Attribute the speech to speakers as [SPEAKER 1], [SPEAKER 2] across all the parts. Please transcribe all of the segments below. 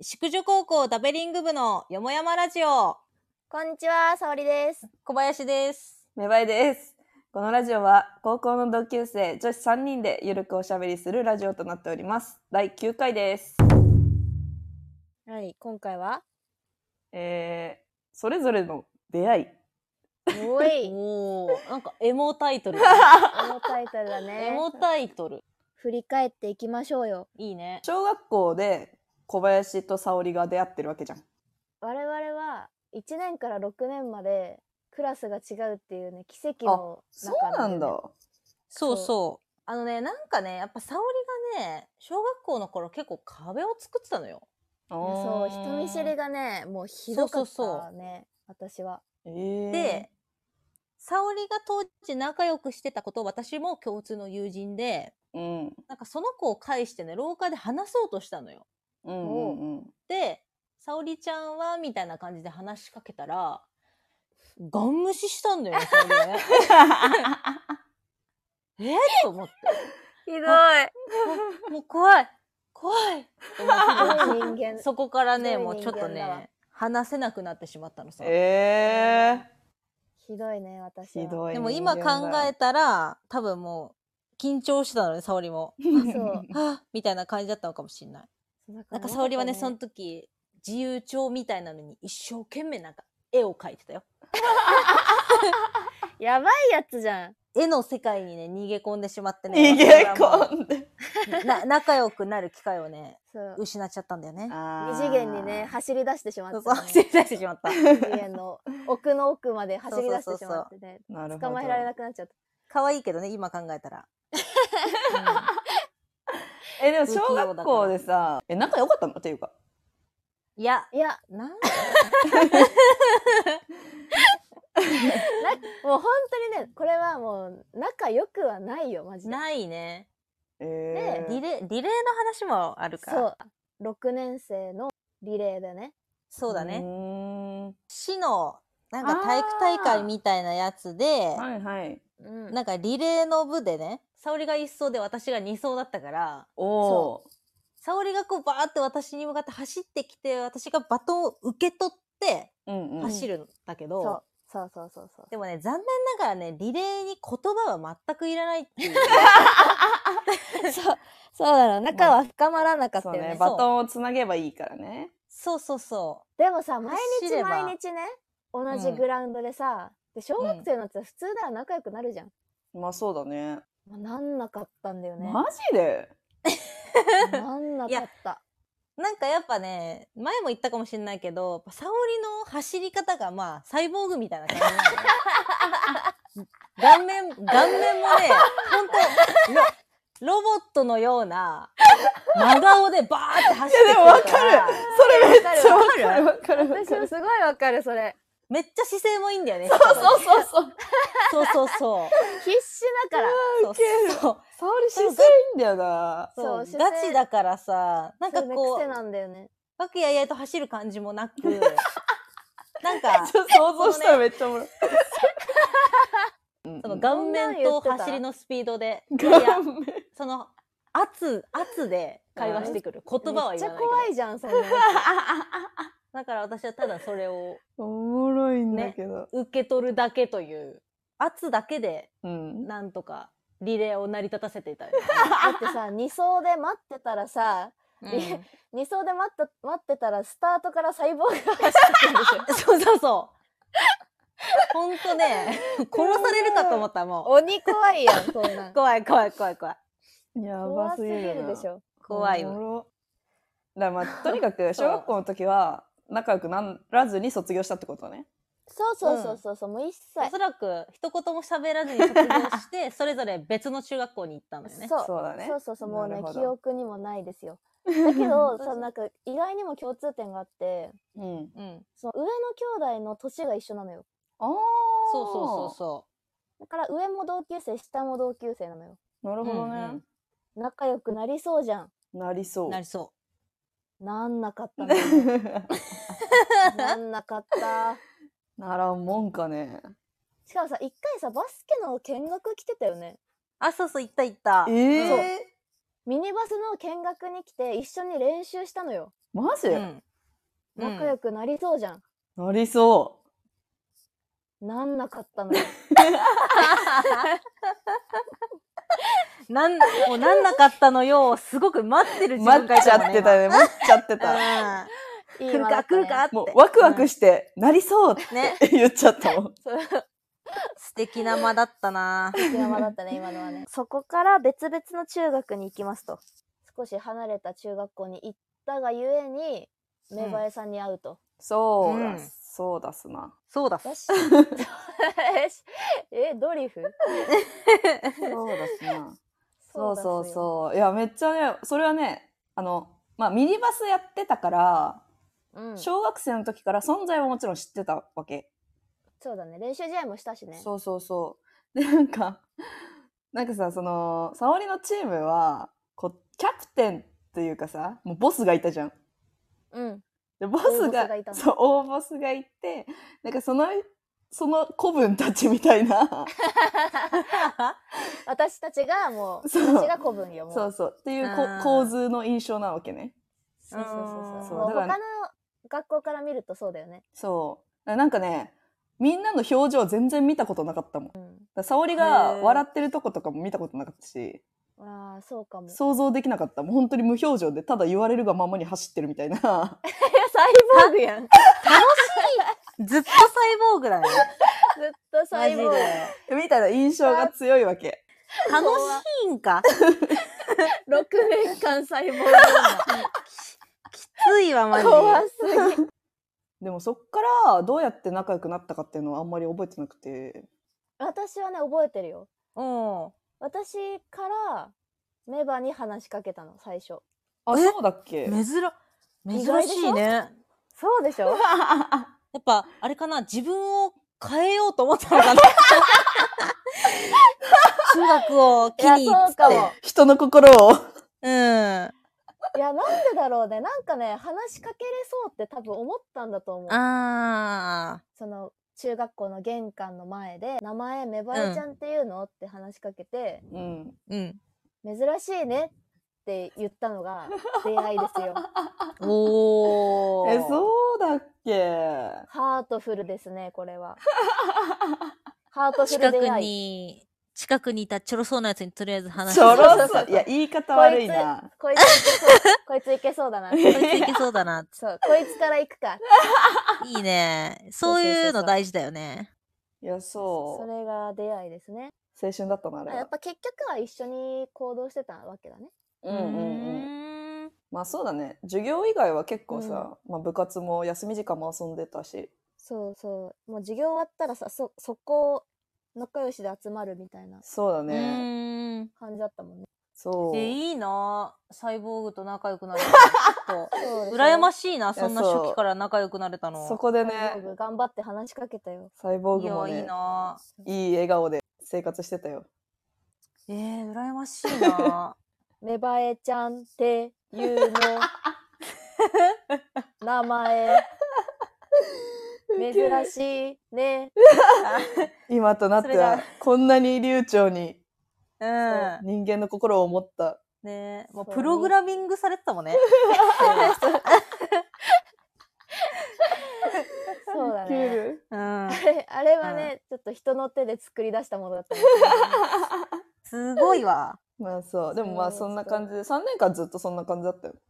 [SPEAKER 1] 宿女高校ダベリング部のよもやまラジオ、
[SPEAKER 2] こんにちは、沙織です。
[SPEAKER 1] 小林です。
[SPEAKER 3] 芽生えです。このラジオは高校の同級生女子3人でゆるくおしゃべりするラジオとなっております。第9回です。
[SPEAKER 2] はい、今回は
[SPEAKER 3] えー、それぞれの出 会い。
[SPEAKER 2] お い、
[SPEAKER 1] おお、なんかエモタイ トル。
[SPEAKER 2] あのタイトルだ
[SPEAKER 1] エ
[SPEAKER 2] ね。
[SPEAKER 1] モタイトル。
[SPEAKER 2] 振り返っていきましょうよ。
[SPEAKER 1] いいね。
[SPEAKER 3] 小学校で小林と沙織が出会ってるわけじゃん。
[SPEAKER 2] 我々は1年から6年までクラスが違うっていうね、奇跡の
[SPEAKER 3] そ
[SPEAKER 2] 中
[SPEAKER 3] うなんだ。
[SPEAKER 2] よね。
[SPEAKER 1] そう
[SPEAKER 2] そう
[SPEAKER 1] そう。あのね、なんかね、やっぱ沙織がね、小学校の頃結構壁を作ってたのよ。
[SPEAKER 2] そう、
[SPEAKER 3] あ
[SPEAKER 2] 人
[SPEAKER 3] ー
[SPEAKER 2] 見知り。がね、もうひどかっ
[SPEAKER 1] そうそう
[SPEAKER 2] たね、私は。
[SPEAKER 3] えー、
[SPEAKER 1] で、、沙織が当時仲良くしてたこと、私も共通の友人で、
[SPEAKER 3] うん、
[SPEAKER 1] なんかその子を介してね、廊下で話そうとしたのよ。
[SPEAKER 3] うんうん うん。
[SPEAKER 1] で、沙織ちゃんはみたいな感じで話しかけたら、ガン無視したんだよね、沙織がね。えーと思って。
[SPEAKER 2] ひどい。
[SPEAKER 1] もう怖い怖いって思って
[SPEAKER 2] ひどい人 間。
[SPEAKER 1] そこからね、
[SPEAKER 2] ひどい
[SPEAKER 1] もうちょっと
[SPEAKER 2] 人間だわ
[SPEAKER 1] ね、話せなくなってしまったのさ。
[SPEAKER 3] えー、
[SPEAKER 2] ひどいね、私は。
[SPEAKER 3] ひどい。
[SPEAKER 1] でも今考えたら、多分もう、緊張してたのね、沙織も。
[SPEAKER 2] あそう。
[SPEAKER 1] はぁ、みたいな感じだったのかもしれない。なんか沙織はね、その時、自由帳みたいなのに一生懸命なんか絵を描いてたよ。
[SPEAKER 2] やばいやつじゃん。
[SPEAKER 1] 絵の世界にね、逃げ込んでしまってね。
[SPEAKER 3] 逃げ
[SPEAKER 1] こ
[SPEAKER 3] 込んで。
[SPEAKER 1] な仲良くなる機会をね、
[SPEAKER 2] そう。
[SPEAKER 1] 失っちゃったんだよね。
[SPEAKER 3] 二
[SPEAKER 2] 二次元にね、走り出してしまっ
[SPEAKER 1] そ
[SPEAKER 2] た
[SPEAKER 1] うそう、
[SPEAKER 2] ね、
[SPEAKER 1] 走り出してしまった。
[SPEAKER 2] 二次元の奥の奥まで走り出してしまってね。
[SPEAKER 3] なるほど。
[SPEAKER 2] 捕まえられなくなっちゃった。
[SPEAKER 1] 可愛いけどね、今考えたら。
[SPEAKER 3] え、でも小学校でさ、え、仲良かったのっていうか。
[SPEAKER 1] いや、
[SPEAKER 2] いや、
[SPEAKER 1] なん
[SPEAKER 2] もう本当にね、これはもう仲良くはないよ、マジで。
[SPEAKER 1] ないね。
[SPEAKER 3] え
[SPEAKER 1] リ
[SPEAKER 3] ー、
[SPEAKER 1] レー、リレーの話もあるから。
[SPEAKER 2] そ。う。6年生のリレーでね。
[SPEAKER 1] そうだ
[SPEAKER 3] う
[SPEAKER 1] ね。
[SPEAKER 3] ーん
[SPEAKER 1] 市の、なんか体育大会みたいなやつで、
[SPEAKER 3] はいはい。
[SPEAKER 2] うん。
[SPEAKER 1] なんかリレーの部でね、沙織が1走で私が2走だったから、
[SPEAKER 3] お
[SPEAKER 2] そ
[SPEAKER 3] お
[SPEAKER 1] 沙織がこうバーって私に向かって走ってきて、私がバトンを受け取って
[SPEAKER 3] う。うんうん。
[SPEAKER 1] 走るんだけど、
[SPEAKER 2] そう。そうそうそうそう。
[SPEAKER 1] でもね、残念ながらね、リレーに言葉は全くいらないっていう。
[SPEAKER 2] そう、そうなの。仲は深まらなかった
[SPEAKER 3] そ
[SPEAKER 2] よ
[SPEAKER 3] う
[SPEAKER 2] ね。
[SPEAKER 3] ね。
[SPEAKER 1] そう
[SPEAKER 3] バトンをつなげばいいからね。
[SPEAKER 1] そうそうそう。
[SPEAKER 2] でもさ、毎
[SPEAKER 1] 走れ
[SPEAKER 2] 日
[SPEAKER 1] ば
[SPEAKER 2] 毎日ね、同じグラウンドでさ、で、小学生のやつは普通なら仲良くなるじゃん。
[SPEAKER 3] まあそうだね。
[SPEAKER 2] まあなんなかったんだよね。
[SPEAKER 3] マジで
[SPEAKER 2] なんなかった。
[SPEAKER 1] なんかやっぱね、前も言ったかもしれないけど、やっぱ沙織の走り方がまあ、サイボーグみたいな感じなのね 顔面、顔面もね、ほんと、ロロボットのような、真顔でバーって走ってくる
[SPEAKER 3] いやでもわか
[SPEAKER 1] から、
[SPEAKER 3] それめっちゃわかるわかるわ
[SPEAKER 2] 私
[SPEAKER 3] か
[SPEAKER 2] も
[SPEAKER 3] る。
[SPEAKER 2] すごいわかる、それ。
[SPEAKER 1] めっちゃ姿勢もいいんだよね。
[SPEAKER 3] そうそうそうそう。
[SPEAKER 1] そうそうそう。
[SPEAKER 2] 必死だから。
[SPEAKER 1] そうそう
[SPEAKER 3] 沙織姿勢いいんだよな。
[SPEAKER 1] そう
[SPEAKER 2] そう
[SPEAKER 1] ガチだからさ、なんか
[SPEAKER 2] それね
[SPEAKER 1] こ
[SPEAKER 2] 癖
[SPEAKER 1] う、
[SPEAKER 2] なんだよね。
[SPEAKER 1] わくややいと走る感じもな く、なんか、
[SPEAKER 3] ちょっと想像したらめっちゃおもろい。
[SPEAKER 1] その
[SPEAKER 3] ガ
[SPEAKER 1] 顔面と走りのスピードで、いやいや
[SPEAKER 3] 顔面。
[SPEAKER 1] その圧圧で会話してくる言葉は
[SPEAKER 2] めっ
[SPEAKER 1] 言
[SPEAKER 2] ち
[SPEAKER 1] わな
[SPEAKER 2] ゃ
[SPEAKER 1] い
[SPEAKER 2] 怖
[SPEAKER 1] けど
[SPEAKER 2] いじゃん、そ んなや
[SPEAKER 1] だから私はただそれを
[SPEAKER 3] おもろいんだけど。
[SPEAKER 1] 受け取るだけという圧だけで
[SPEAKER 3] うん。
[SPEAKER 1] なんとかリレーを成り立たせていたよね、
[SPEAKER 2] つ。だってさ、2走で待ってたらさ、
[SPEAKER 1] うん
[SPEAKER 2] 2走で待った待ってたら、スタートから細胞が走ってるでしょ。
[SPEAKER 1] そうそうそうほんとね殺されるかと思ったも
[SPEAKER 2] 鬼怖いやん、そんなん
[SPEAKER 1] う。 怖い怖い怖い怖い
[SPEAKER 3] やば
[SPEAKER 2] 怖す
[SPEAKER 3] す
[SPEAKER 2] ぎ
[SPEAKER 3] ぎる
[SPEAKER 2] る
[SPEAKER 3] な
[SPEAKER 2] でしょ。
[SPEAKER 1] 怖いわ
[SPEAKER 3] おもろだ からまあとにかく小学校の時は仲良くならずに卒業したってことね。
[SPEAKER 2] そうそうそうそう、そうもう一切
[SPEAKER 1] お。そらく一言も喋らずに卒業してそれぞれ別の中学校に行ったのよね
[SPEAKER 2] そう
[SPEAKER 3] そうだね
[SPEAKER 2] そうそうそうもう
[SPEAKER 3] な
[SPEAKER 2] ね
[SPEAKER 3] るほど
[SPEAKER 2] 記憶にもないで すよだけど
[SPEAKER 1] そう
[SPEAKER 2] そのなんか意外にも共通点があって
[SPEAKER 3] うん。
[SPEAKER 1] うん
[SPEAKER 2] その上の兄弟の年が一緒なのよ
[SPEAKER 3] ああ。
[SPEAKER 1] そうそうそうそ
[SPEAKER 2] だから上も同級生下も同級生なのよ
[SPEAKER 3] う。なるほど
[SPEAKER 1] うん
[SPEAKER 3] ね。
[SPEAKER 2] 仲良くなりそうじゃん
[SPEAKER 3] なりそうう。
[SPEAKER 1] なりそ
[SPEAKER 2] なんなかった ねなんなかった
[SPEAKER 3] ならんもんかね。
[SPEAKER 2] しかもさ一回さバスケの見学来てたよね
[SPEAKER 1] う あそうそう行った行った
[SPEAKER 3] え
[SPEAKER 2] ミニバスの見学に来て一緒に練習したのよ
[SPEAKER 3] マジ、
[SPEAKER 1] うん。うん
[SPEAKER 2] 仲良くなりそうじゃん。
[SPEAKER 3] なりそ
[SPEAKER 2] なんなかったの よ。
[SPEAKER 1] なん、もうなんなかったのよ、すごく待ってる
[SPEAKER 3] う。
[SPEAKER 1] 自分
[SPEAKER 3] 待
[SPEAKER 1] がい
[SPEAKER 3] っちゃ
[SPEAKER 1] たもん
[SPEAKER 3] っ
[SPEAKER 1] ね
[SPEAKER 3] てたね。待っちゃってた。
[SPEAKER 1] 今
[SPEAKER 2] い
[SPEAKER 1] うん来る
[SPEAKER 2] い間だ
[SPEAKER 1] か
[SPEAKER 2] ったね
[SPEAKER 1] 来るかって。
[SPEAKER 3] もうワクワクして、なりそうっ
[SPEAKER 1] うんね。
[SPEAKER 3] て言っちゃった もん。
[SPEAKER 2] そう
[SPEAKER 1] 素敵な間だったな。
[SPEAKER 2] いい間だったね、今のはね。 そこから別々の中学に行きますと。少し離れた中学校に行ったがゆえに、芽生えさんに会うと。
[SPEAKER 3] そううだ、
[SPEAKER 1] ん
[SPEAKER 3] そうだすな。
[SPEAKER 1] そうだっす。
[SPEAKER 2] よ し。え、ドリフ
[SPEAKER 3] そうだすな。そう
[SPEAKER 2] だ
[SPEAKER 3] そう
[SPEAKER 2] そ
[SPEAKER 3] そう。いや、めっちゃね、それはね、あの、まあ、ミニバスやってたから、
[SPEAKER 2] うよ。うん、そ
[SPEAKER 3] 小学生の時から存在はもちろん知ってたわけ。
[SPEAKER 2] うだね。練習試合もしたしね。
[SPEAKER 3] そうそうそう。 で、なんか、なんかさ、その、沙織のチームは、こう、キャプテンっていうかさ、もうボスがいたじゃん。
[SPEAKER 2] うん。
[SPEAKER 3] で、ボ
[SPEAKER 2] 大
[SPEAKER 3] ス
[SPEAKER 2] ボ
[SPEAKER 3] が、
[SPEAKER 2] スがいたの
[SPEAKER 3] そう、大ボスがいて、なんかその、その子分たちみたい な、
[SPEAKER 2] 私たちがもう、
[SPEAKER 3] そう
[SPEAKER 2] 私が古文よ、もう。
[SPEAKER 3] そうそう、っていうこ
[SPEAKER 1] あー
[SPEAKER 3] 構図の印象なわけね。
[SPEAKER 2] そうそうそうそう。
[SPEAKER 3] うんそう
[SPEAKER 2] 他
[SPEAKER 3] だから
[SPEAKER 2] の学校から見るとそうだよね。
[SPEAKER 3] そう。なんかね、みんなの表情全然見たことなかったもん。だか
[SPEAKER 2] うん。
[SPEAKER 3] ら沙織
[SPEAKER 1] へ
[SPEAKER 3] が
[SPEAKER 1] ー
[SPEAKER 3] 笑ってるとことかも見たことなかったし、
[SPEAKER 2] ああ、そうかも。
[SPEAKER 3] 想像できなかった。もう本当に無表情で、ただ言われるがままに走ってるみたいな。
[SPEAKER 2] サイボーグやん。ずっ
[SPEAKER 1] ずっとサイボーグだね。
[SPEAKER 2] とサ
[SPEAKER 1] マ
[SPEAKER 2] イ
[SPEAKER 1] ジ
[SPEAKER 2] ボ
[SPEAKER 1] で
[SPEAKER 2] ーグ。。
[SPEAKER 3] みたいな印象が強いわけ。
[SPEAKER 1] 楽しいんか。
[SPEAKER 2] 6年間サイボーグ
[SPEAKER 1] きついわ、 マジで。
[SPEAKER 2] 怖すぎ。
[SPEAKER 3] でもそっからどうやって仲良くなったかっていうのはあんまり覚えてなくて。
[SPEAKER 2] 私はね、覚えてるよ。
[SPEAKER 1] うん。
[SPEAKER 2] 私から、メバに話しかけたの、最初。
[SPEAKER 3] あ、
[SPEAKER 1] え
[SPEAKER 3] そうだっけ
[SPEAKER 1] 珍、
[SPEAKER 2] 意
[SPEAKER 1] 珍
[SPEAKER 2] 外で
[SPEAKER 1] し
[SPEAKER 2] しょ
[SPEAKER 1] いね。や
[SPEAKER 2] そうでしょ
[SPEAKER 1] っぱ、あれかな、自分を変えようと思ったのか な。中学を
[SPEAKER 2] い
[SPEAKER 1] 機
[SPEAKER 2] や、
[SPEAKER 1] にっ
[SPEAKER 2] そ
[SPEAKER 1] つ
[SPEAKER 2] う
[SPEAKER 1] っ
[SPEAKER 2] か
[SPEAKER 1] て。
[SPEAKER 2] も。
[SPEAKER 3] 人の心
[SPEAKER 1] う
[SPEAKER 3] を。
[SPEAKER 1] ん。
[SPEAKER 2] いや、なんでだろうね。なんかね、話しかけれそうって多分思ったんだと思う。
[SPEAKER 1] あ
[SPEAKER 2] その、中学校の玄関の前で、名前、メバエちゃんっていうの、って話しかけて、
[SPEAKER 3] うん。
[SPEAKER 1] ー。うん。
[SPEAKER 2] 珍しいねって言ったのが出会いですよ。
[SPEAKER 1] おー。
[SPEAKER 3] え、そうだっけ
[SPEAKER 2] ハートフルですね、これは。ハートフ
[SPEAKER 1] 近
[SPEAKER 2] ル
[SPEAKER 1] く
[SPEAKER 2] 出会い。
[SPEAKER 1] に、近くにいたちょろそうなやつにとりあえず話し
[SPEAKER 3] ち
[SPEAKER 1] て
[SPEAKER 3] ょ
[SPEAKER 2] そうそ
[SPEAKER 3] ろ
[SPEAKER 2] うそう
[SPEAKER 3] そう。いや、言い方悪いな。
[SPEAKER 2] こいついけそう。 こいついけそうだな。
[SPEAKER 1] こいつ いけそうだな。
[SPEAKER 2] そう、こいつから行くか。
[SPEAKER 1] いいね。そういうの大事だよね。
[SPEAKER 3] いや、
[SPEAKER 2] そ
[SPEAKER 3] そう。
[SPEAKER 2] れが出会いですね。
[SPEAKER 3] 青春だったな、あれ
[SPEAKER 2] や
[SPEAKER 3] は
[SPEAKER 2] っ。ぱ結局は一緒に行動してたわけだね。
[SPEAKER 3] うんうんうん。
[SPEAKER 1] んうん。
[SPEAKER 3] まあそうだね。授業以外は結構さ、まあ部活も休み時間も遊んでたし。
[SPEAKER 2] そうそう。もう授業終わったらさ、そ、そこ、仲良しで集まるみたいな
[SPEAKER 3] そうだ
[SPEAKER 1] う
[SPEAKER 3] ね。
[SPEAKER 1] ん。
[SPEAKER 2] 感じだったもんね。
[SPEAKER 3] そう。
[SPEAKER 1] え、いいなサイボーグと仲良くなれるの。ち
[SPEAKER 2] そう
[SPEAKER 1] ょっと
[SPEAKER 2] です
[SPEAKER 1] 羨ま
[SPEAKER 2] しい。
[SPEAKER 1] しいな、
[SPEAKER 3] いや
[SPEAKER 1] そんな
[SPEAKER 3] そう
[SPEAKER 1] 初期から仲良くなれたの。
[SPEAKER 3] そこでね、
[SPEAKER 2] 頑張って話しかけたよ。
[SPEAKER 3] サイボー
[SPEAKER 1] い
[SPEAKER 3] グも
[SPEAKER 1] や、いい
[SPEAKER 3] ね、
[SPEAKER 1] ない
[SPEAKER 3] い笑顔で生活してたよ。
[SPEAKER 1] えー、羨ましいな
[SPEAKER 2] メバエちゃんっていうの名前珍しいね。
[SPEAKER 3] 今となっては
[SPEAKER 1] それ
[SPEAKER 3] こんなに流暢に
[SPEAKER 1] うん。
[SPEAKER 3] 人間の心を持った。
[SPEAKER 1] ねえも
[SPEAKER 2] そう
[SPEAKER 1] うプログラミングされてたもんね。
[SPEAKER 2] そうだね。
[SPEAKER 1] うん
[SPEAKER 2] あ。れあれはね、ちょっと人の手で作り出したものだったんです
[SPEAKER 1] すごいわ。
[SPEAKER 3] まあそう。でもまあ
[SPEAKER 2] そう
[SPEAKER 3] そんな感じで、3年間ずっとそんな感じだったよ。
[SPEAKER 2] けど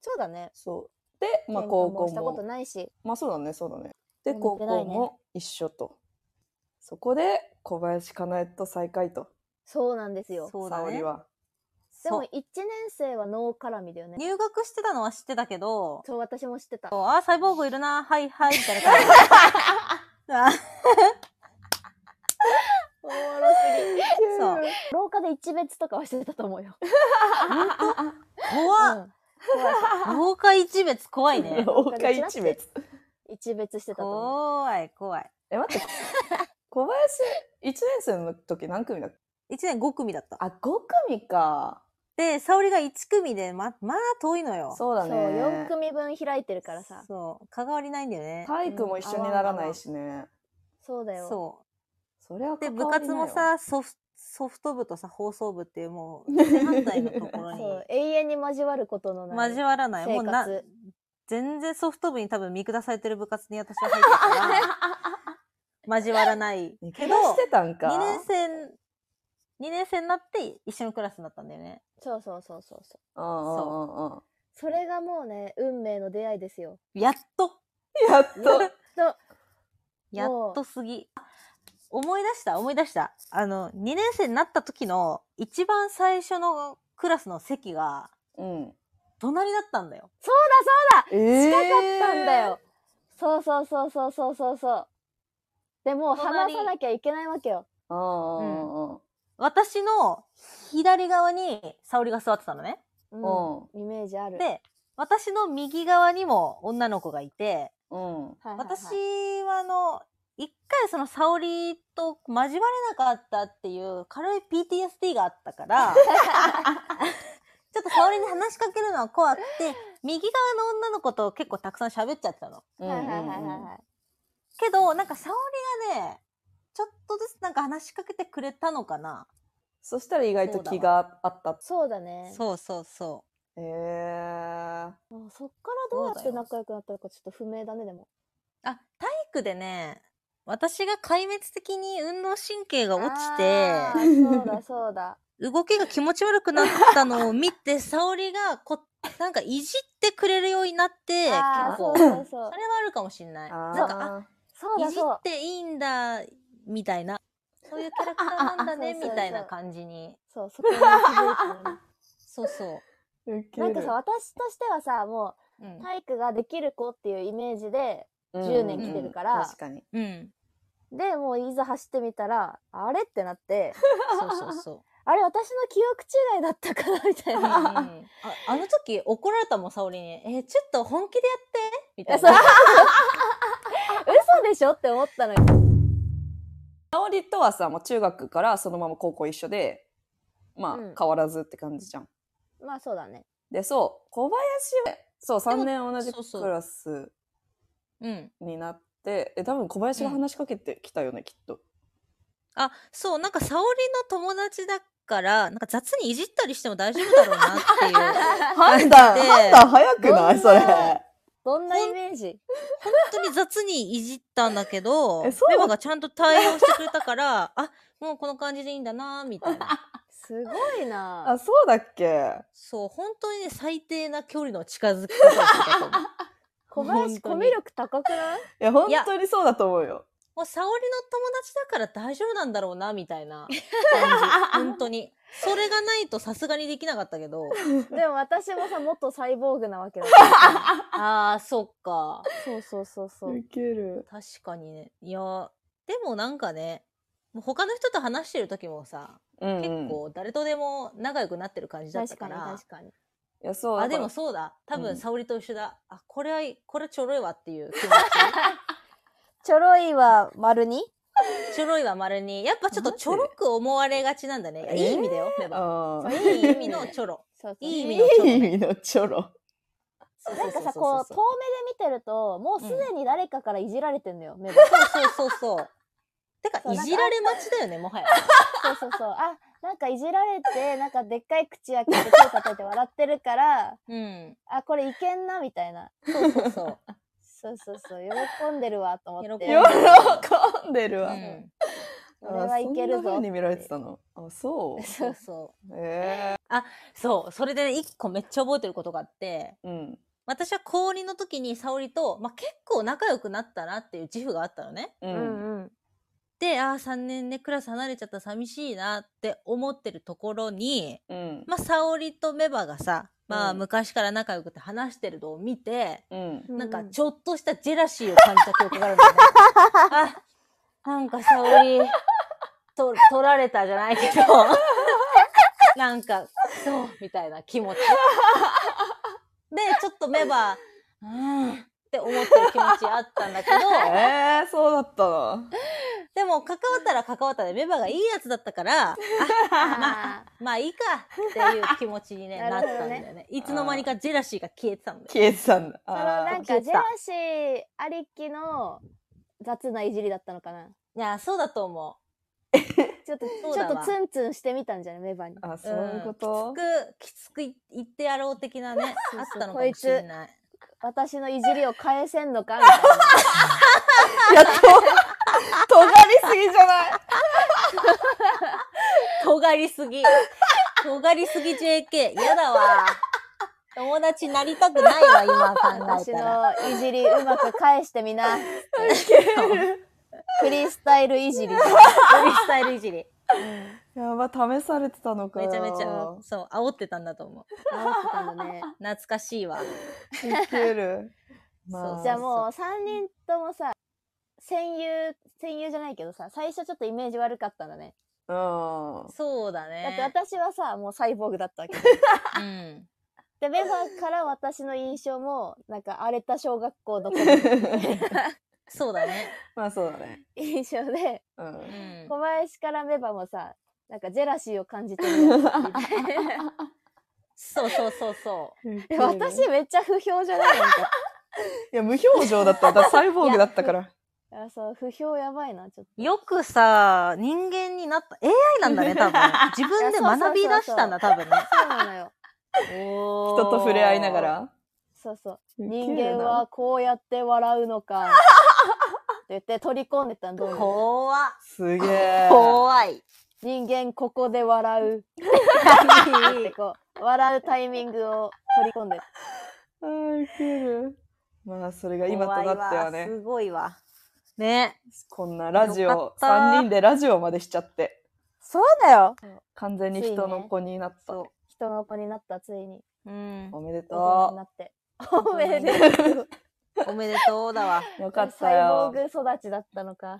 [SPEAKER 2] そうだね。
[SPEAKER 3] そう。で、まあ高校
[SPEAKER 2] 喧嘩したこと
[SPEAKER 3] も。
[SPEAKER 2] ないし。
[SPEAKER 3] まあそうだね、そうだね。で、
[SPEAKER 2] うん
[SPEAKER 3] 高校
[SPEAKER 2] 偉いね
[SPEAKER 3] も一緒と。そこで小林かなえと再会と、
[SPEAKER 2] そうなんですよ。
[SPEAKER 1] そう
[SPEAKER 3] 沙
[SPEAKER 1] だ
[SPEAKER 3] 織
[SPEAKER 1] ね。
[SPEAKER 3] は。
[SPEAKER 2] でも
[SPEAKER 1] そう
[SPEAKER 2] 1年生はノー絡みだよね。
[SPEAKER 1] 入学してたのは知ってたけど、
[SPEAKER 2] そう、私も知ってた。
[SPEAKER 1] そうあー、サイボーグいるな、はいはい、みたいな感じ。あ
[SPEAKER 2] おもろすぎ。
[SPEAKER 1] そう。
[SPEAKER 2] 廊下で一別とかはしてたと思うよ。
[SPEAKER 1] 怖っ。
[SPEAKER 2] うん怖い
[SPEAKER 1] 豪華一別怖いね。
[SPEAKER 3] 大岡一別。
[SPEAKER 2] 一別してたと思う。
[SPEAKER 1] 怖い、怖い。
[SPEAKER 3] え、待って。 小林、1年生の時何組だっけ
[SPEAKER 1] 一年5組だった。
[SPEAKER 3] あ、5組か。
[SPEAKER 1] で、沙織が1組で、ま、まあ遠いのよ。
[SPEAKER 3] そうだ
[SPEAKER 2] そう、
[SPEAKER 3] ね。
[SPEAKER 2] 4組分開いてるからさ。
[SPEAKER 1] そう。関わりないんだよね。
[SPEAKER 3] 体育も一緒にならないしね。
[SPEAKER 2] そうだよ。
[SPEAKER 1] そ
[SPEAKER 3] それは
[SPEAKER 1] う。で、
[SPEAKER 3] 関
[SPEAKER 1] 部
[SPEAKER 3] わり
[SPEAKER 1] 活
[SPEAKER 3] ないわ
[SPEAKER 1] もさ、ソフソフト部とさ、放送部っていうもう、正反対のところに
[SPEAKER 2] そう永遠に交わることのない
[SPEAKER 1] 交わらない。もうな
[SPEAKER 2] 生活、
[SPEAKER 1] 全然ソフト部に多分見下されてる部活に私は入ってる から、交わらない
[SPEAKER 3] 見
[SPEAKER 1] け
[SPEAKER 3] 下
[SPEAKER 1] ど、
[SPEAKER 3] してたん
[SPEAKER 1] 2
[SPEAKER 3] か
[SPEAKER 1] 年。生、二年生になって一緒のクラスになったんだよね。
[SPEAKER 2] そうそうそうそうそう
[SPEAKER 3] うんうんうんうん
[SPEAKER 2] それがもうね運命の出会いですよ
[SPEAKER 1] やっと
[SPEAKER 3] やっと。
[SPEAKER 2] と
[SPEAKER 1] やっと過ぎ。思い出した思い出した。あの、2年生になった時の一番最初のクラスの席が
[SPEAKER 3] うん。
[SPEAKER 1] 隣だったんだよ。
[SPEAKER 3] え
[SPEAKER 2] 近
[SPEAKER 3] ー
[SPEAKER 2] かったんだ。よ、そうそうそうそうそうそうそうでもう話
[SPEAKER 1] 隣
[SPEAKER 2] さなきゃいけないわけよ
[SPEAKER 3] うんうんうん
[SPEAKER 1] 私の左側に沙織が座ってたのね。
[SPEAKER 2] うん
[SPEAKER 3] うん
[SPEAKER 2] イメージある
[SPEAKER 1] で、私の右側にも女の子がいて、
[SPEAKER 3] うん。うん。
[SPEAKER 2] はいはいはい
[SPEAKER 1] 私はあの、一回その沙織と交われなかったっていう軽い PTSD があったから、ちょっと沙織に話しかけるのは怖くて、右側の女の子と結構たくさん喋っちゃってたの。
[SPEAKER 3] うん
[SPEAKER 2] はいはいはいは
[SPEAKER 3] うん
[SPEAKER 2] い
[SPEAKER 3] うん
[SPEAKER 2] はい
[SPEAKER 1] けど、なんか沙織がね、ちょっとずつなんか話しかけてくれたのかな。
[SPEAKER 3] そしたら意外と気があった。
[SPEAKER 2] そうだね
[SPEAKER 1] そうそうそ
[SPEAKER 3] へえ。
[SPEAKER 2] もうそっからどうや
[SPEAKER 1] そう
[SPEAKER 2] っ
[SPEAKER 1] だ
[SPEAKER 2] て
[SPEAKER 1] よ
[SPEAKER 2] 仲良くなったのかちょっと不明だねでも
[SPEAKER 1] う。あ、体育でね、私が壊滅的に運動神経が落ちて、
[SPEAKER 2] あーそうだそうだ
[SPEAKER 1] 動きが気持ち悪くなったのを見て、沙織がこ、なんかいじってくれるようになって、結
[SPEAKER 2] あーそ
[SPEAKER 1] 構。
[SPEAKER 2] う
[SPEAKER 1] それは
[SPEAKER 2] そうそう
[SPEAKER 1] あるかもしんない。
[SPEAKER 3] あー
[SPEAKER 1] なんか、
[SPEAKER 2] そう
[SPEAKER 1] あ、
[SPEAKER 2] だ
[SPEAKER 1] いじ
[SPEAKER 2] そう
[SPEAKER 1] っていいんだ、みたいな。そういうキャラクターなんだね、
[SPEAKER 2] あああそうそう
[SPEAKER 1] みたいな感じに。
[SPEAKER 2] そうそこに気づいたのね
[SPEAKER 1] そうそ
[SPEAKER 3] ウケる
[SPEAKER 2] なんかさ私としてはさも
[SPEAKER 1] う。うん
[SPEAKER 2] う。体育ができる子っていうイメージで
[SPEAKER 3] うん
[SPEAKER 2] 10年来てるから
[SPEAKER 3] うん確かに。
[SPEAKER 1] うん。
[SPEAKER 2] でもういざ走ってみたらあれってな って
[SPEAKER 1] そうそうそう。
[SPEAKER 2] あれ私の記憶違いだったか なみたい
[SPEAKER 1] うんうん
[SPEAKER 2] な
[SPEAKER 1] ああの時怒られたもん、沙織に。え、ちょっと本気でやってみたい
[SPEAKER 2] いや
[SPEAKER 1] な。
[SPEAKER 2] 嘘でしょって思ったのよ
[SPEAKER 3] 沙織とはさ、もう中学からそのまま高校一緒で、まあ、
[SPEAKER 2] うん
[SPEAKER 3] 変わらずって感じじゃん。
[SPEAKER 2] まあそうだ ね
[SPEAKER 3] で、そう、小林は、そう、3年同じ
[SPEAKER 1] そうそう
[SPEAKER 3] クラス
[SPEAKER 1] うん。
[SPEAKER 3] になって、え、多分小林が話しかけてきたよね、きっと。
[SPEAKER 1] あ、そう、なんか沙織の友達だから、なんか雑にいじったりしても大丈夫だろうなっていう。
[SPEAKER 3] 判断、
[SPEAKER 1] で
[SPEAKER 3] 判断早くないそれ。
[SPEAKER 2] どんなどんなイメージ
[SPEAKER 1] 本当に雑にいじったんだけど、
[SPEAKER 3] え
[SPEAKER 1] メ
[SPEAKER 3] そう
[SPEAKER 1] バがちゃんと対応してくれたから、 あ、もうこの感じでいいんだな、みたいな。
[SPEAKER 2] すごいな
[SPEAKER 3] あ、そうだっけ
[SPEAKER 1] そう、本当にね、最低な距離の近づき方をしてたと思う。
[SPEAKER 2] 小林コ
[SPEAKER 1] 本当に
[SPEAKER 2] ミュ力高くない
[SPEAKER 3] いや、本当にそうだと思うよ。
[SPEAKER 1] もう、沙織の友達だから大丈夫なんだろうな、みたい な感じ。本当に。それがないとさすがにできなかったけ ど。
[SPEAKER 2] でも私もさ元サイボーグなわけだ
[SPEAKER 1] ああ、そっか。
[SPEAKER 2] そうそうそうそう
[SPEAKER 3] ウケる。
[SPEAKER 1] 確かにね。いや、でもなんかね、もう他の人と話してる時もさ、
[SPEAKER 3] うんうん、
[SPEAKER 1] 結構誰とでも仲良くなってる感じだった
[SPEAKER 2] 確
[SPEAKER 1] か
[SPEAKER 2] かに
[SPEAKER 1] ら。
[SPEAKER 2] 確かに
[SPEAKER 3] いや、そ
[SPEAKER 1] あ、
[SPEAKER 3] う。だか
[SPEAKER 1] で
[SPEAKER 3] ら
[SPEAKER 1] もそうだ。多
[SPEAKER 3] う
[SPEAKER 1] 分、
[SPEAKER 3] ん
[SPEAKER 1] 沙織と一緒だ。あ、これは、これちょろいわっていう気持
[SPEAKER 2] ちょろいは丸に
[SPEAKER 1] ち。 ちょろいわ、丸に。やっぱちょっとちょろく思われがちなんだね。い
[SPEAKER 3] マ
[SPEAKER 1] や
[SPEAKER 3] ジ
[SPEAKER 1] いい意味だよ、レバ。
[SPEAKER 3] あ
[SPEAKER 1] い
[SPEAKER 3] ー
[SPEAKER 1] い意味のちょろ。
[SPEAKER 2] そうそう
[SPEAKER 1] いい意味のちょ
[SPEAKER 3] い
[SPEAKER 1] ろ
[SPEAKER 3] い意
[SPEAKER 1] ね。
[SPEAKER 3] 味のチョロ。
[SPEAKER 2] なん
[SPEAKER 1] そ
[SPEAKER 2] かさ、
[SPEAKER 1] うそ
[SPEAKER 2] こ
[SPEAKER 1] う
[SPEAKER 2] う、
[SPEAKER 1] そ
[SPEAKER 2] 遠
[SPEAKER 1] う
[SPEAKER 2] 目で見てると、もうすでに誰かからいじられて んのよ、目が。
[SPEAKER 1] そうそうそうそう。てか、
[SPEAKER 2] そう
[SPEAKER 1] いじられ待ちだよね、もはや。
[SPEAKER 2] そうそうそう。あ、なんかいじられて、なんかでっかい口開けて手叩いて笑ってるから、
[SPEAKER 1] うん。
[SPEAKER 2] あ、これいけんな、みたいな。
[SPEAKER 1] そうそうそう。
[SPEAKER 2] そうそうそう。喜んでるわ、と思っ
[SPEAKER 1] 喜ん
[SPEAKER 2] て。
[SPEAKER 1] でる
[SPEAKER 3] 喜んでる
[SPEAKER 1] う
[SPEAKER 3] わ。
[SPEAKER 1] ん。
[SPEAKER 2] 俺はいけ
[SPEAKER 3] あ
[SPEAKER 2] る
[SPEAKER 3] そんな
[SPEAKER 2] ぞ
[SPEAKER 3] 風。に見られてたの。あ、そう。
[SPEAKER 1] そうそう。
[SPEAKER 3] え
[SPEAKER 1] そう、それでね、一個めっちゃ覚えてることがあって、
[SPEAKER 3] えうん。
[SPEAKER 1] 私は氷の時に沙織と、まあ、結構仲良くなったなっていう自負があったのね。
[SPEAKER 3] う。
[SPEAKER 2] うんんうん。
[SPEAKER 1] で、ああ、3年でクラス離れちゃった寂しいなって思ってるところに、
[SPEAKER 3] うん。
[SPEAKER 1] まあ、沙織とメバがさ、まあ、
[SPEAKER 3] うん
[SPEAKER 1] 昔から仲良くて話してるのを見て、
[SPEAKER 3] うん。
[SPEAKER 1] なんか、
[SPEAKER 2] ち
[SPEAKER 1] ちょっとしたジェラシーを感じた記憶があるんだよね。あ、なんか沙織、と、 取られたじゃないけど、なんか、そう、みたいな気持ち。で、ちょっとメバ、うん、って思ってる気持ちあったんだけど、
[SPEAKER 3] ええそうだったな。
[SPEAKER 1] でも、関わったら関わったで、メバがいいやつだった から、
[SPEAKER 2] あ
[SPEAKER 1] まあいいかっていう気持ちに、 ね、な
[SPEAKER 2] な
[SPEAKER 1] っ
[SPEAKER 2] るほ
[SPEAKER 1] た
[SPEAKER 2] ど
[SPEAKER 1] ん
[SPEAKER 2] ね
[SPEAKER 1] だよね。いつの間にかジェラシーが消えてたんだよ。
[SPEAKER 3] 消えてたんだ。
[SPEAKER 2] ーそのな
[SPEAKER 3] あ
[SPEAKER 1] 消
[SPEAKER 2] んか、
[SPEAKER 1] えた
[SPEAKER 2] ジェラシーありきの雑ないじりだったのかな。
[SPEAKER 1] いや、そうだと思う。
[SPEAKER 2] ちょっと、
[SPEAKER 1] そう
[SPEAKER 2] ちょ
[SPEAKER 1] だ
[SPEAKER 2] っ
[SPEAKER 1] わ
[SPEAKER 2] とツンツンしてみたんじゃないメバに。
[SPEAKER 3] あ、そういうこと、
[SPEAKER 1] きつく、きつく言ってやろう的なね、
[SPEAKER 2] そうそう
[SPEAKER 1] あったのかもしれない。
[SPEAKER 2] 私のいじりを返せんのかみたいな。
[SPEAKER 3] いや、と、 尖りすぎじゃない
[SPEAKER 1] 尖りすぎ。尖りすぎ JK。やだわ。友達なりたく ないわ、今考え
[SPEAKER 2] 私
[SPEAKER 1] たら。
[SPEAKER 2] のいじりうまく返してみな。フリースタイル いじり。
[SPEAKER 1] フリースタイルいじり。
[SPEAKER 3] やば、試されてたのか
[SPEAKER 1] め
[SPEAKER 3] よ。
[SPEAKER 1] ちゃめちゃ、そう、煽ってたんだと思う。
[SPEAKER 2] 思ってたんだね。
[SPEAKER 1] 懐かしいわ。
[SPEAKER 3] ウケる。
[SPEAKER 1] そ
[SPEAKER 3] まあ、
[SPEAKER 2] じゃあもう3人ともさ、戦友、戦友じゃないけどさ、最初ちょっとイメージ悪かったんだね。
[SPEAKER 3] うん。
[SPEAKER 1] そうだ
[SPEAKER 2] だって
[SPEAKER 1] ね。
[SPEAKER 2] 私はさ、もうサイボーグだ ったわけ。
[SPEAKER 1] うん。
[SPEAKER 2] で、メバから私の印象も、なんか荒れた小学校の子 の
[SPEAKER 1] そうだね。
[SPEAKER 3] まあそうだね。
[SPEAKER 2] 印象で、
[SPEAKER 1] う
[SPEAKER 3] う。
[SPEAKER 1] んん。
[SPEAKER 2] 小林からメバもさ、なんかジェラシーを感じてるやつって 言って。
[SPEAKER 1] そうそうそうそ
[SPEAKER 2] え私
[SPEAKER 3] い
[SPEAKER 2] めっちゃ不評じゃ ないなんか。
[SPEAKER 3] や、無表情だった。だサイボーグだったから。
[SPEAKER 2] あそう、不評やばいな、ちょっと。
[SPEAKER 1] う。よくさ、人間になった、AI なんだね、多分。 自分で学び出したんだ、多分ね。
[SPEAKER 2] そうなのよ。
[SPEAKER 1] 人
[SPEAKER 3] 人と触れ合いなが。ら。
[SPEAKER 2] そうそう。
[SPEAKER 3] ウケるな
[SPEAKER 2] 人間はこうやって笑うの か。って言って取り込んでったんどうも。
[SPEAKER 1] 怖っ
[SPEAKER 3] すげえ。
[SPEAKER 1] 怖い。
[SPEAKER 2] 人間ここで笑 う。ってこう、笑うタイミングを取り込んで。
[SPEAKER 3] あーウケる。まあそれが今となっては
[SPEAKER 1] 怖いわ
[SPEAKER 3] ね、
[SPEAKER 1] すごいわ。ね。
[SPEAKER 3] こんなラジ
[SPEAKER 1] よかっ
[SPEAKER 3] オ、
[SPEAKER 1] た
[SPEAKER 3] 3人でラジオまでしちゃって、
[SPEAKER 2] そうだよ。
[SPEAKER 3] 完全に人の子になった。
[SPEAKER 1] そ
[SPEAKER 2] 人の子になった、ついに。
[SPEAKER 1] う。うん。
[SPEAKER 3] おめで
[SPEAKER 2] 大人に
[SPEAKER 3] と
[SPEAKER 2] なって。おめでとう。
[SPEAKER 1] おめでとうだわ。
[SPEAKER 3] う。よかった
[SPEAKER 2] サイボー
[SPEAKER 3] よ
[SPEAKER 2] グ。育ちだったのか。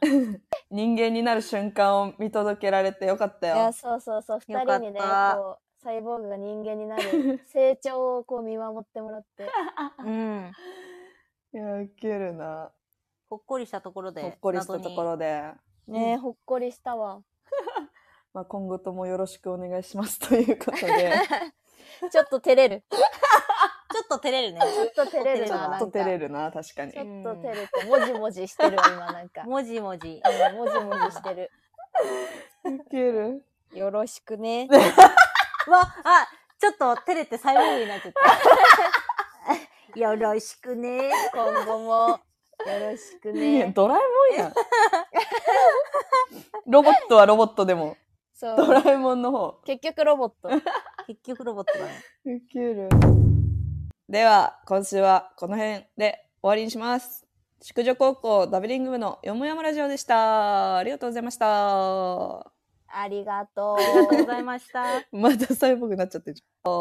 [SPEAKER 3] 人間になる瞬間を見届けられてよかった
[SPEAKER 2] いや
[SPEAKER 3] よ。
[SPEAKER 2] そうそうそう二
[SPEAKER 1] よか
[SPEAKER 2] 人
[SPEAKER 1] った
[SPEAKER 2] にねこうサイボーグが人間になる成長をこう見守ってもらって
[SPEAKER 1] うん。
[SPEAKER 3] いや、ウケるな。
[SPEAKER 1] ほっこりしたところで。
[SPEAKER 3] ほっこりしたところで、
[SPEAKER 2] ねえほっこりしたわ
[SPEAKER 3] まあ今後ともよろしくお願いしますということで。
[SPEAKER 2] ちょっと照れる
[SPEAKER 1] 謎に。ちょっと照れるね。
[SPEAKER 2] ちょっと照れる
[SPEAKER 3] ちょ
[SPEAKER 2] なな
[SPEAKER 3] っ
[SPEAKER 2] ん
[SPEAKER 3] と
[SPEAKER 2] か
[SPEAKER 3] 照れるな、確かに
[SPEAKER 2] ちょ。
[SPEAKER 1] ん
[SPEAKER 2] っと照れてもじもじしてるわ今なんかも
[SPEAKER 1] もじもじ。
[SPEAKER 2] じもじしてる
[SPEAKER 3] ウケる。
[SPEAKER 2] よろしくね
[SPEAKER 1] わ、あ、ちょっと照れてサイボーグになっちゃ った。よろしくね。
[SPEAKER 2] 今後もよろしく
[SPEAKER 3] いや
[SPEAKER 2] ね
[SPEAKER 3] ドラえもんやん。ロボットはロボットでも、
[SPEAKER 2] そ
[SPEAKER 3] ド
[SPEAKER 2] う
[SPEAKER 3] ラえもんの方。
[SPEAKER 2] 結局ロボット
[SPEAKER 1] 結局ロボットだね。
[SPEAKER 3] ウケる。では、今週はこの辺で終わりにします。宿女高校ダブリング部のよもやまラジオでした。ありがとうございました。
[SPEAKER 2] ありがと
[SPEAKER 1] ありがとう
[SPEAKER 2] う
[SPEAKER 1] ございました。
[SPEAKER 3] またサイボーグになっちゃってるじゃん